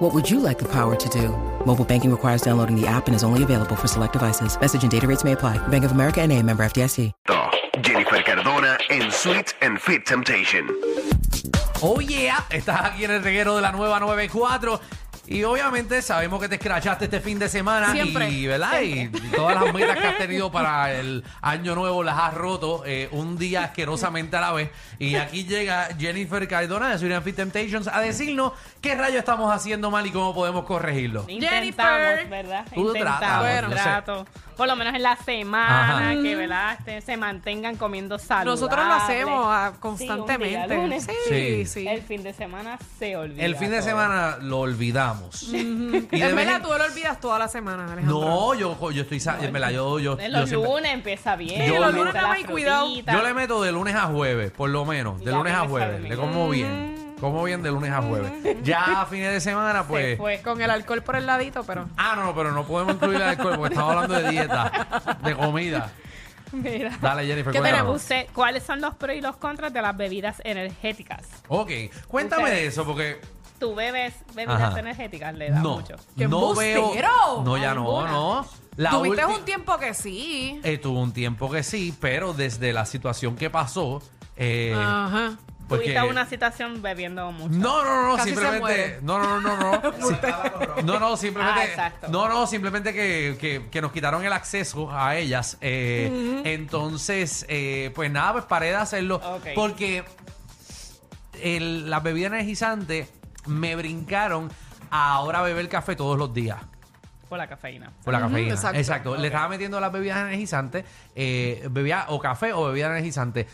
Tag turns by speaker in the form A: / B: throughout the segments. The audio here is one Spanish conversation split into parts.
A: What would you like the power to do? Mobile banking requires downloading the app and is only available for select devices. Message and data rates may apply. Bank of America and a member FDIC.
B: Jennifer Cardona en Sweet and Fit Temptation.
C: Oye, Oh, estás aquí en el reguero de la nueva 94. Y obviamente sabemos que te escrachaste este fin de semana.
D: Siempre,
C: Y, ¿verdad? Y todas las metas que has tenido para el año nuevo las has roto eh, un día asquerosamente a la vez. Y aquí llega Jennifer Cardona de Surian Fit Temptations a decirnos qué rayos estamos haciendo mal y cómo podemos corregirlo.
D: Jennifer.
E: Intentamos, ¿verdad?
C: Tú lo tratas,
E: Intentamos,
C: bueno, yo sé.
E: trato. Por lo menos en la semana,
C: Ajá.
E: que ¿verdad? Este, se mantengan comiendo saludable.
D: Nosotros lo hacemos ah,
E: Sí, un día,
D: constantemente.
E: lunes.
D: Sí,
C: Sí.
D: sí.
E: El fin de semana se olvida.
C: El fin de
E: todo.
C: semana lo olvidamos. Y de
D: En
C: vez
D: verdad,
C: en-
D: tú lo olvidas toda la semana, Alejandro.
C: No, yo, yo estoy... sa- en verdad, yo, yo,
E: En
C: yo
E: Los
C: siempre-
E: lunes empieza bien.
C: Sí, los lunes
E: aumenta
D: nada más y
E: la
D: cuidado.
E: frutita.
C: Yo le meto de lunes a jueves, por lo menos. De
E: Ya
C: lunes
E: me
C: a
E: sabe
C: jueves.
E: bien.
C: Le como bien. Como bien de lunes a jueves. Ya a fines de semana,
E: Se
C: pues.
E: fue.
D: Con el alcohol por el ladito, pero.
C: Ah, no, no, pero no podemos incluir el alcohol porque estamos hablando de dieta, de comida.
E: Mira.
C: Dale, Jennifer,
D: ¿Qué
E: Pero
C: cuéntanos.
E: puse, ¿cuáles son los pros y los contras de las bebidas energéticas?
C: Ok, cuéntame
E: Ustedes.
C: de eso porque
E: ¿Tú bebes bebidas
C: Ajá.
E: energéticas? Le da
C: no.
E: mucho.
D: ¡Qué
C: No veo.
D: embustero!
C: No, ya no,
E: Ninguna.
C: no. La
D: Tuviste
C: ulti-
D: un tiempo que sí.
C: eh, tuve un tiempo que sí, pero desde la situación que pasó. Eh,
D: Ajá.
C: porque-
E: Ah. Tuviste una situación bebiendo mucho.
C: No, no, no,
D: Casi se
C: simplemente.
D: muere.
C: No, no, no, no. no. Sí. No, no, simplemente.
E: Ah, exacto.
C: no, no, simplemente que, que- que nos quitaron el acceso a ellas. eh, Entonces, eh, pues nada, pues paré de hacerlo.
E: Ok.
C: Porque el- las bebidas energizantes me brincaron a ahora beber café todos los días.
E: Por la cafeína.
C: Por la
D: Ujú,
C: cafeína. Exacto.
D: exacto.
C: Le estaba metiendo las bebidas energizantes. eh, bebía o café o bebida energizante.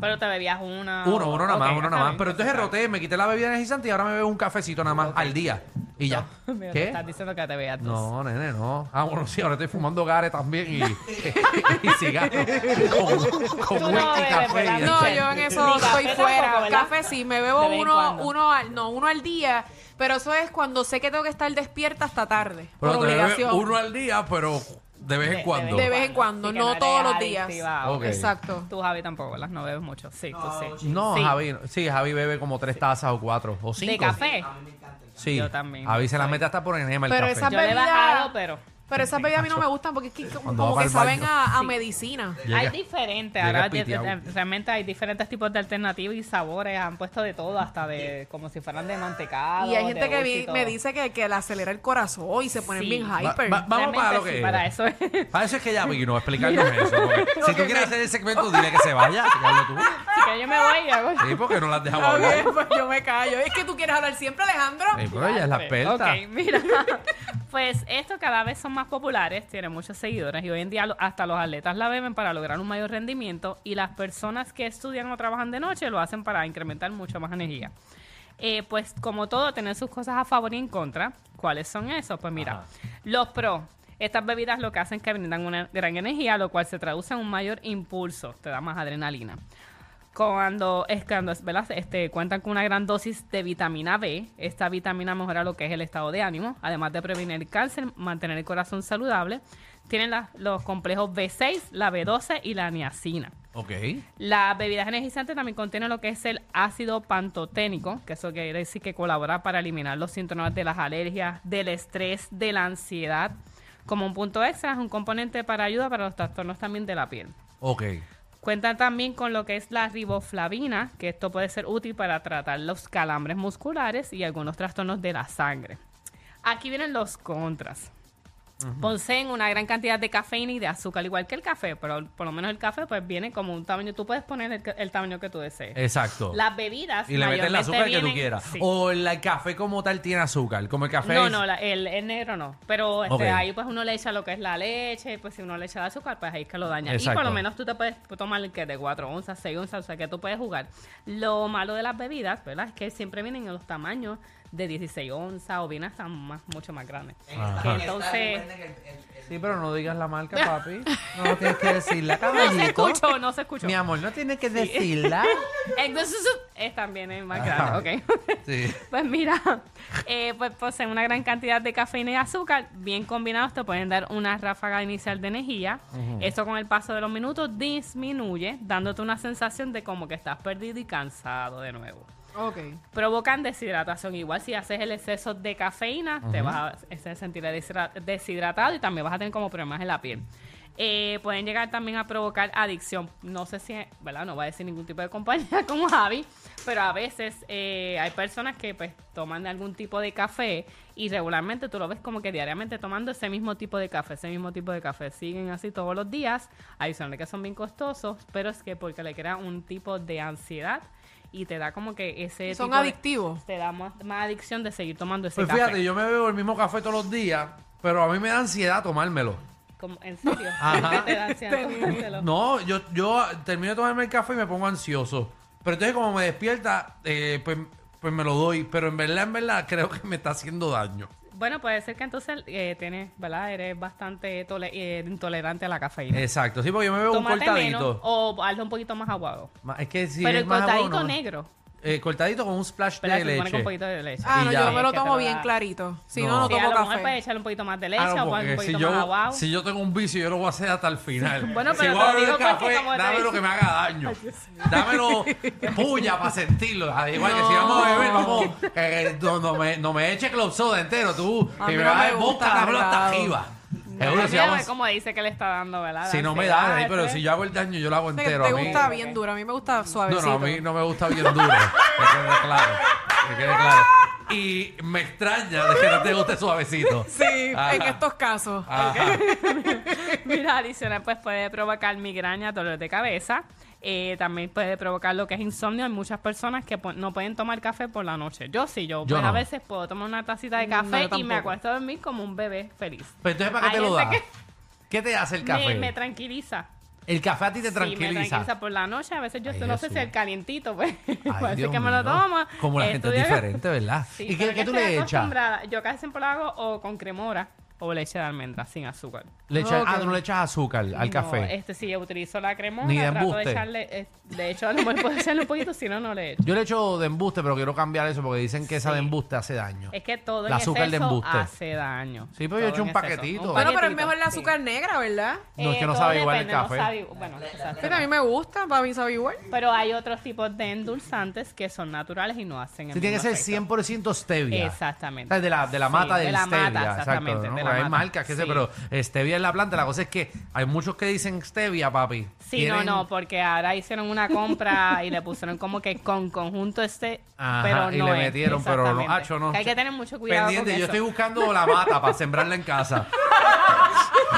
E: Pero te bebías una.
C: Uno, uno nada más,
E: Ah, Ok,
C: uno nada
E: está
C: más.
E: bien,
C: Pero entonces
E: está bien.
C: roté, me quité la bebida energizante y ahora me bebo un cafecito nada más al día. Y ya.
E: Pues Mira, te
C: ¿Qué?
E: Estás diciendo que te veas
C: No, nene, no. Ah, bueno, sí, ahora estoy fumando gare también y, y cigarro. Con,
E: Tú
C: con
E: no
C: whisky,
E: bebes, pues,
C: café. y
E: ¿verdad?
C: ya.
D: No,
E: Sí.
D: yo en
E: Ni
D: eso
E: café
D: estoy
E: tampoco,
D: fuera.
E: ¿verdad?
D: café sí, me
E: De
D: bebo
E: vez en
D: uno,
E: cuando.
D: uno al, no, uno al día, pero eso es cuando sé que tengo que estar despierta hasta tarde.
C: Pero
D: por
C: te bebes
D: obligación.
C: uno al día, pero de vez en cuando.
D: De vez en cuando,
E: Sí,
D: no
E: que eres
D: todos los días.
E: adictiva,
C: Ok.
D: Exacto.
E: Tú, Javi, tampoco, ¿verdad? No bebes mucho. Sí, tú sí.
C: No,
E: Sí.
C: Javi, no. sí, Javi bebe como tres tazas o cuatro o cinco.
E: ¿De café?
C: Sí.
E: Yo también.
C: Javi se la
E: Soy.
C: mete hasta por enema el
D: Pero
C: café.
D: esa-
E: Yo le he
D: Bebida-
E: bajado, pero.
D: Pero esas bebidas a mí no me gustan porque es que como,
C: Cuando va
D: como
C: pa'l
D: que saben
C: baño.
D: a, a medicina.
C: Llega-
E: hay diferentes,
C: llega
E: ahora
C: piteado.
E: de- de- realmente hay diferentes tipos de alternativas y sabores, han puesto de todo, hasta de como si fueran de mantecado.
D: Y hay
E: de
D: gente que
E: dulce y
D: vi-
E: todo.
D: me dice que, que le acelera el corazón y se ponen
E: Sí.
D: bien
C: Va-
D: hyper.
C: va- vamos para
E: Realmente
C: lo que
E: sí,
C: es.
E: para eso es.
C: Para eso es que ella vino a explicarnos eso. porque si tú quieres hacer el segmento, dile que se vaya. que hazlo tú.
E: Así que yo me voy y hago.
C: Sí, porque no las dejamos
D: Está
C: hablar.
D: bien, pues yo me callo. Es que tú quieres hablar siempre, Alejandro.
C: Sí, pero ella es la experta.
E: Ok, mira. Pues estos cada vez son más populares, tienen muchos seguidores y hoy en día lo- hasta los atletas la beben para lograr un mayor rendimiento y las personas que estudian o trabajan de noche lo hacen para incrementar mucho más energía. Eh, pues como todo, tener sus cosas a favor y en contra. ¿Cuáles son esos? Pues mira,
C: Ajá.
E: los pros. Estas bebidas lo que hacen es que brindan una gran energía, lo cual se traduce en un mayor impulso, te da más adrenalina cuando, es cuando es- ¿verdad? Este, cuentan con una gran dosis de vitamina B. Esta vitamina mejora lo que es el estado de ánimo, además de prevenir el cáncer, mantener el corazón saludable. Tienen la- los complejos B6, la B12 y la niacina.
C: Ok.
E: Las bebidas energizantes también contienen lo que es el ácido pantoténico, que eso quiere decir que colabora para eliminar los síntomas de las alergias, del estrés, de la ansiedad. Como un punto extra, es un componente para ayuda para los trastornos también de la piel.
C: Ok.
E: Cuentan también con lo que es la riboflavina, que esto puede ser útil para tratar los calambres musculares y algunos trastornos de la sangre. Aquí vienen los contras. Poseen una gran cantidad de cafeína y de azúcar, al igual que el café, pero por lo menos el café pues viene como un tamaño, tú puedes poner el, el tamaño que tú desees.
C: Exacto.
E: Las bebidas
C: Y le metes el
E: mayormente
C: azúcar que tú
E: vienen-
C: quieras.
E: sí.
C: O el el café como tal tiene azúcar. Como el café.
E: No,
C: es-
E: no, la- el, el negro no. Pero este,
C: Ok.
E: ahí pues uno le echa lo que es la leche, pues si uno le echa el azúcar, pues ahí es que lo daña. Y
C: Exacto.
E: por lo menos tú te puedes tomar el que de 4 onzas, 6 onzas, o sea que tú puedes jugar. Lo malo de las bebidas, ¿verdad? Es que siempre vienen en los tamaños de 16 onzas o bien hasta más, mucho más grandes.
C: Ajá.
E: Entonces,
C: Sí, pero no digas la marca, papi. No tienes que decirla,
E: no se
C: caballito.
E: escuchó, no se escuchó.
C: Mi amor, no tienes que decirla.
E: Entonces, es también es más
C: Ajá.
E: grande, ok.
C: Sí.
E: Pues mira, eh, pues poseen una gran cantidad de cafeína y azúcar, bien combinados te pueden dar una ráfaga inicial de energía. Eso con el paso de los minutos disminuye, dándote una sensación de como que estás perdido y cansado de nuevo.
D: Ok.
E: Provocan deshidratación. Igual si haces el exceso de cafeína, te vas a se- sentir deshidra- deshidratado y también vas a tener como problemas en la piel. Eh, pueden llegar también a provocar adicción. No sé si, ¿verdad? No voy a decir ningún tipo de compañía como Javi, pero a veces eh, hay personas que pues toman de algún tipo de café y regularmente tú lo ves como que diariamente tomando ese mismo tipo de café, ese mismo tipo de café. Siguen así todos los días, adicional que son bien costosos, pero es que porque le crea un tipo de ansiedad y te da como que ese...
D: Son
E: tipo de-
D: adictivos.
E: te da más, más adicción de seguir tomando ese
C: Pues
E: café.
C: fíjate, yo me bebo el mismo café todos los días, pero a mí me da ansiedad tomármelo.
E: Como- ¿En serio?
C: Ajá.
E: ¿Por qué te da ansiedad tomártelo?
C: No, yo, yo termino de tomarme el café y me pongo ansioso. Pero entonces como me despierta, eh, pues, pues me lo doy. Pero en verdad, en verdad, creo que me está haciendo daño.
E: Bueno, puede ser que entonces eh, tienes, ¿verdad? Eres bastante tole- eh, intolerante a la cafeína.
C: Exacto, sí, porque yo me bebo un
E: Tómate
C: cortadito.
E: menos o hazlo un poquito más aguado.
C: Ma- Es que si
E: Pero
C: es
E: el
C: más
E: cortadito
C: abono, ¿no?
E: negro.
C: Eh, cortadito con un splash
E: ¿verdad?
C: de
E: Se supone
C: leche.
E: con un poquito de leche.
D: Ah,
C: Y
D: no,
C: ya.
D: yo me
E: Es
D: lo
E: que
D: tomo
E: te
D: bien
E: da-
D: clarito. Si
C: No.
D: no, no
E: Sí, a
D: tomo
E: lo mejor pues, puedes
D: café.
E: echarle un poquito más de leche
C: Ah, no,
E: o un
C: porque
E: poquito
C: si
E: más
C: yo,
E: aguado.
C: si yo tengo un vicio, yo lo voy a hacer hasta el final.
E: Bueno,
C: si
E: pero
C: voy a
E: te
C: beber
E: digo porque
C: café,
E: como te
C: dame lo
E: dije-
C: que me haga daño. Dámelo puya para sentirlo. Al igual que si vamos a beber, vamos. eh, no, no me, no me eche club soda entero, tú.
D: A
C: Y
D: mí
C: me
D: no
C: vas a
D: me
C: dar
D: gusta,
C: boca, dámelo hasta
D: ¿verdad?
C: arriba. Seguro,
E: Mira,
C: si,
E: mira
C: vamos-
E: cómo dice que le está dando, ¿verdad?
C: si no me
E: Ansiedad,
C: da, ahí, pero
E: estrés.
C: si yo hago el daño, yo lo hago
D: O sea, que
C: entero.
D: te
C: a mí-
D: gusta bien duro, a mí me gusta
C: no,
D: suavecito.
C: no, a mí no me gusta bien duro. Que quede claro. Que quede claro. Y me extraña de que no te guste suavecito.
D: Sí,
C: Ajá.
D: en estos casos.
C: Ajá.
E: Mira, adicional, pues puede provocar migraña, dolor de cabeza. Eh, también puede provocar lo que es insomnio. Hay muchas personas que po- no pueden tomar café por la noche. Yo sí, yo,
C: Yo
E: pues, a
C: no.
E: veces puedo tomar una tacita de
D: No, yo
E: café y
D: tampoco.
E: me acuesto a dormir como un bebé feliz.
C: Pero entonces, ¿para qué
E: Hay
C: te lo
E: gente
C: da? ¿Qué te hace el
E: que
C: café?
E: Me, me tranquiliza.
C: El café a ti te
E: Sí, me
C: tranquiliza.
E: tranquiliza por la noche. A veces yo
C: Ay,
E: estoy- no sé
C: Jesús.
E: si el calientito, pues.
C: Ay,
E: parece
C: Dios
E: que me lo
C: mío.
E: toma.
C: Como la gente es
E: Estudio-
C: diferente, ¿verdad?
E: Sí,
C: ¿Y
E: pero
C: qué, qué
E: yo
C: tú
E: estoy
C: le echas?
E: acostumbrada. Yo casi siempre lo hago o con cremora o leche de almendra sin azúcar.
C: Le echas-
D: Ok.
C: Ah, tú no le echas azúcar al
E: No,
C: café.
E: Este sí, yo utilizo la cremona.
C: Ni de
E: trato
C: embuste.
E: de echarle. eh, de hecho, a lo mejor puedo echarle un poquito, si no, no le echo.
C: Yo le echo de embuste, pero quiero cambiar eso porque dicen que esa de
E: Sí.
C: embuste hace daño.
E: Es que todo
C: La
E: en
C: azúcar de
E: exceso
C: embuste.
E: hace daño.
C: Sí, pero yo
E: Todo
C: echo un
E: en exceso.
C: paquetito.
D: Bueno, pero es
E: paquetito,
D: mejor el
E: sí. Eh,
D: azúcar negra, ¿verdad?
C: No, es que no
E: todo
C: sabe igual el
E: depende, no
C: café.
E: sabe- bueno, exacto.
D: Pero a mí me gusta, para mí sabe igual.
E: Pero hay otros tipos de endulzantes que son naturales y no hacen el
C: Sí, tiene que
E: mismo
C: ser
E: efecto.
C: 100% stevia.
E: Exactamente.
C: O sea, De la, de la
E: Sí,
C: mata
E: de
C: del
E: la mata,
C: stevia.
E: exactamente,
C: exacto, ¿no?
E: de la
C: Hay
E: mata.
C: marcas que sé,
E: Sí.
C: pero stevia es la planta. La cosa es que hay muchos que dicen stevia, papi.
E: Sí,
C: Tienen-
E: no, no, porque ahora hicieron una compora y le pusieron como que con conjunto este,
C: Ajá,
E: pero
C: y
E: no
C: le
E: es,
C: metieron, pero no,
E: exactamente.
C: hacho, no.
E: Que hay que tener mucho cuidado
C: Pendiente,
E: con
C: yo
E: eso.
C: estoy buscando la mata para sembrarla en casa.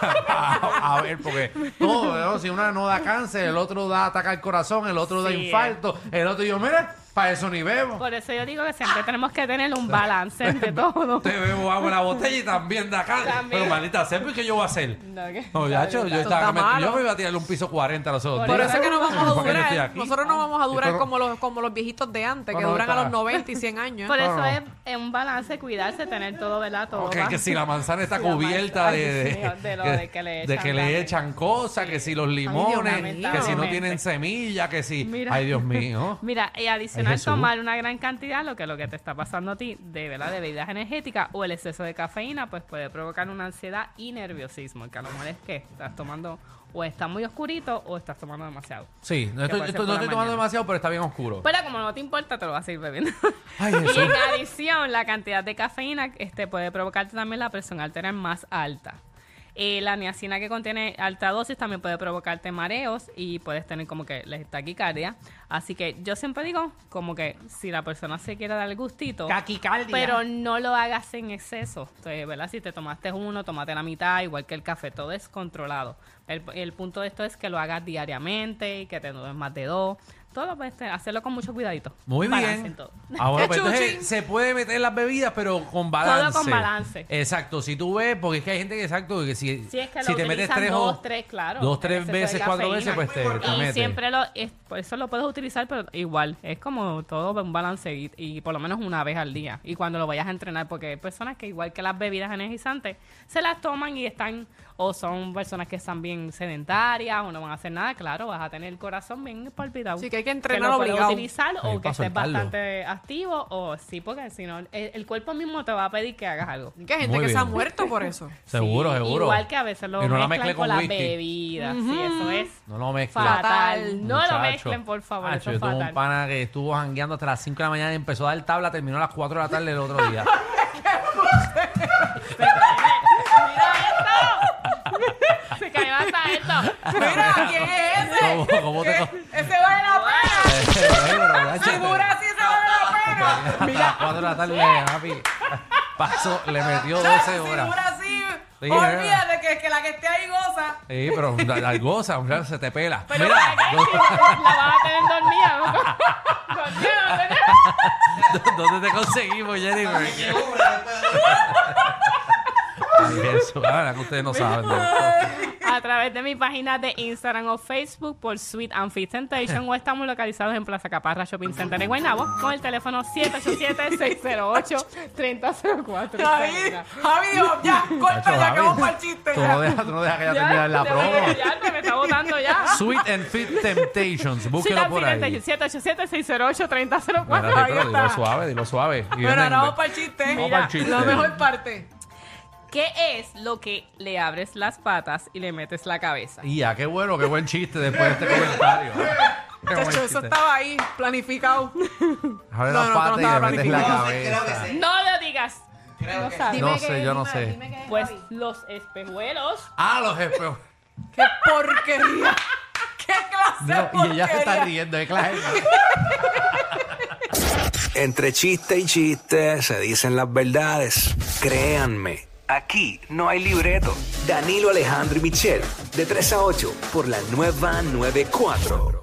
C: a, ver, porque todo, ¿no? si una no da cáncer, el otro da ataque al corazón, el otro da
E: Sí, eh.
C: infarto, el otro yo, mira, para eso ni bebo.
E: Por eso yo digo que siempre tenemos que tener un balance entre todo.
C: Te bebo agua en la botella y también da cáncer.
E: También.
C: Pero maldita, ¿sabes qué yo voy a hacer?
E: No, que-
C: No, ya, yo, yo
D: Eso
C: estaba
D: está
C: me- yo
D: malo.
C: me iba a tirarle un piso 40 a los otros.
E: Por
D: Por
C: días.
D: eso es que no vamos a
C: ¿Para qué yo estoy
D: durar.
C: aquí? Ah.
D: Nosotros no vamos a
C: Pero-
D: durar como los, como los viejitos de antes, que
C: Bueno,
D: duran a
C: está.
D: los 90 y 100 años.
E: Por eso
C: no.
E: es, es un balance, cuidarse, tener todo, ¿verdad? Todo
C: Ok,
E: bajo.
C: que si la manzana está
E: La manzana-
C: cubierta
E: Ay,
C: de,
E: Dios mío, de lo de que le
C: de
E: echan
C: que le
E: daño.
C: echan cosas, que si los limones, que si no
E: lamentablemente.
C: tienen semilla, que si...
E: Mira.
C: Ay, Dios mío.
E: Mira, y
C: Ay,
E: adicional
C: Jesús.
E: tomar una gran cantidad, lo que lo que te está pasando a ti, de verdad, de bebidas energéticas o el exceso de cafeína, pues puede provocar una ansiedad y nerviosismo, que a lo mejor es que estás tomando o está muy oscurito o estás tomando demasiado.
C: Sí, no
E: Que
C: estoy,
E: puede ser
C: estoy-
E: por
C: no
E: la
C: estoy
E: mañana. Pues,
C: tomando demasiado, pero está bien oscuro.
E: Pero como no te importa, te lo vas a ir bebiendo.
C: Ay,
E: y
C: Jesús.
E: en adición, la cantidad de cafeína este, puede provocarte también la presión arterial más alta. Eh, la niacina que contiene alta dosis también puede provocarte mareos y puedes tener como que la taquicardia. Así que yo siempre digo, como que si la persona se quiere dar el gustito, pero no lo hagas en exceso. Entonces, ¿verdad? Si te tomaste uno, tomate la mitad, igual que el café, todo es controlado. El, el punto de esto es que lo hagas diariamente y que te tomes más de dos. todo pues, este, hacerlo con mucho cuidadito.
C: Muy
E: Balance en
C: bien.
E: todo.
C: Ahora,
D: Qué
C: pues, entonces
D: chuchi.
C: se puede meter las bebidas, pero con balance.
E: con balance.
C: Exacto. Si tú ves, porque es que hay gente que, exacto, que si,
E: Sí, es que
C: si
E: lo
C: te metes
E: utilizan
C: tres o.
E: dos, tres, claro.
C: Dos,
E: porque
C: tres
E: se puede
C: veces, cuatro veces,
E: cafeína.
C: pues te, te
E: Y
C: metes.
E: siempre lo, es- por eso lo puedes utilizar, pero igual, es como todo un balance y, y por lo menos una vez al día. Y cuando lo vayas a entrenar, porque hay personas que igual que las bebidas energizantes, se las toman y están, o son personas que están bien sedentarias o no van a hacer nada, claro, vas a tener el corazón bien palpitado.
D: Sí, que hay que entrenar
E: lo puedes
D: obligado.
E: utilizar
C: Ahí
E: o que
C: pa'
E: estés
C: soltarlo.
E: bastante activo o sí, porque si no, el, el cuerpo mismo te va a pedir que hagas algo.
D: Que hay gente
C: Muy
D: que
C: bien.
D: se ha muerto por eso.
C: Seguro,
E: Sí,
C: seguro.
E: Igual que a veces lo
C: Y no la mezcle
E: mezclan
C: con
E: con, las
C: whisky.
E: bebidas. Sí, eso es
C: No lo mezcles.
E: fatal. No
C: Muchacho.
E: lo mezclen, por favor.
C: Hacho,
E: eso
C: yo
E: es
C: tuve un
E: fatal.
C: pana que estuvo jangueando hasta las 5 de la mañana, empezó a dar tabla, terminó a las 4 de la tarde el otro día.
E: Se cayó hasta esto.
D: Mira, ¿quién es ese?
C: ¿Cómo, cómo te co-
D: Ese vale la pena.
C: Segura
D: Segura sí ese vale la pena.
C: Mira, a las 4 de la tarde, eh, papi. Pasó, le metió 12 horas.
D: Segura sí.
C: Sí,
D: Olvídate que, que la que esté ahí goza.
C: Sí, pero la, la goza, muchacho, se te pela.
E: Pero
C: Mira,
E: ¿para qué?
C: ¿dó-
E: Si La vas a tener dormida. ¿no? Dormida, ¿verdad?
C: dó- ¿dónde te conseguimos, Jennifer? Ay, eso, ahora que ustedes no saben. de esto.
E: A través de mi página de Instagram o Facebook por Sweet and Fit Temptation o estamos localizados en Plaza Caparra Shopping Center de Guaynabo con el teléfono 787-608-3004.
D: Javi, Javi dijo, ya, corta,
C: Chacho, Javi,
D: ya acabamos para el chiste.
C: Tú
D: ya.
C: no dejas, tú no dejas que ella
E: Ya,
C: termine la
E: te voy a
C: promo.
E: callar, que me está botando ya.
C: Sweet and Fit Temptations,
E: Sí,
C: búsquelo
E: la
C: por
E: siguiente,
C: ahí.
E: 787-608-3004.
C: Espérate,
E: Ahí
C: pero dilo
E: está.
C: suave, dilo suave. Y
D: Pero
C: venden-
D: ahora vamos para el chiste.
C: Vamos
E: pa'l
D: Mira,
C: chiste.
D: La mejor parte.
E: ¿Qué es lo que le abres las patas y le metes la cabeza?
C: Ya, qué bueno, qué buen chiste después de este comentario. Qué buen
D: Chacho, eso
C: chiste.
D: estaba ahí, planificado.
C: Abre
D: No,
C: la
D: no,
C: pata y
D: no
C: le metes la
D: estaba planificado.
F: Creo que
C: cabeza.
F: sí.
E: No lo digas. No sabes.
C: No sé, yo no sé.
E: Pues los espejuelos.
C: Ah, los espejos.
D: ¡Qué porquería! ¡Qué clase de
C: No, y
D: porquería!
C: ella se está riendo, ¿eh? claro.
G: Entre chiste y chiste se dicen las verdades. Créanme, aquí no hay libreto. Danilo Alejandro y Michel, de 3 a 8, por la nueva 94.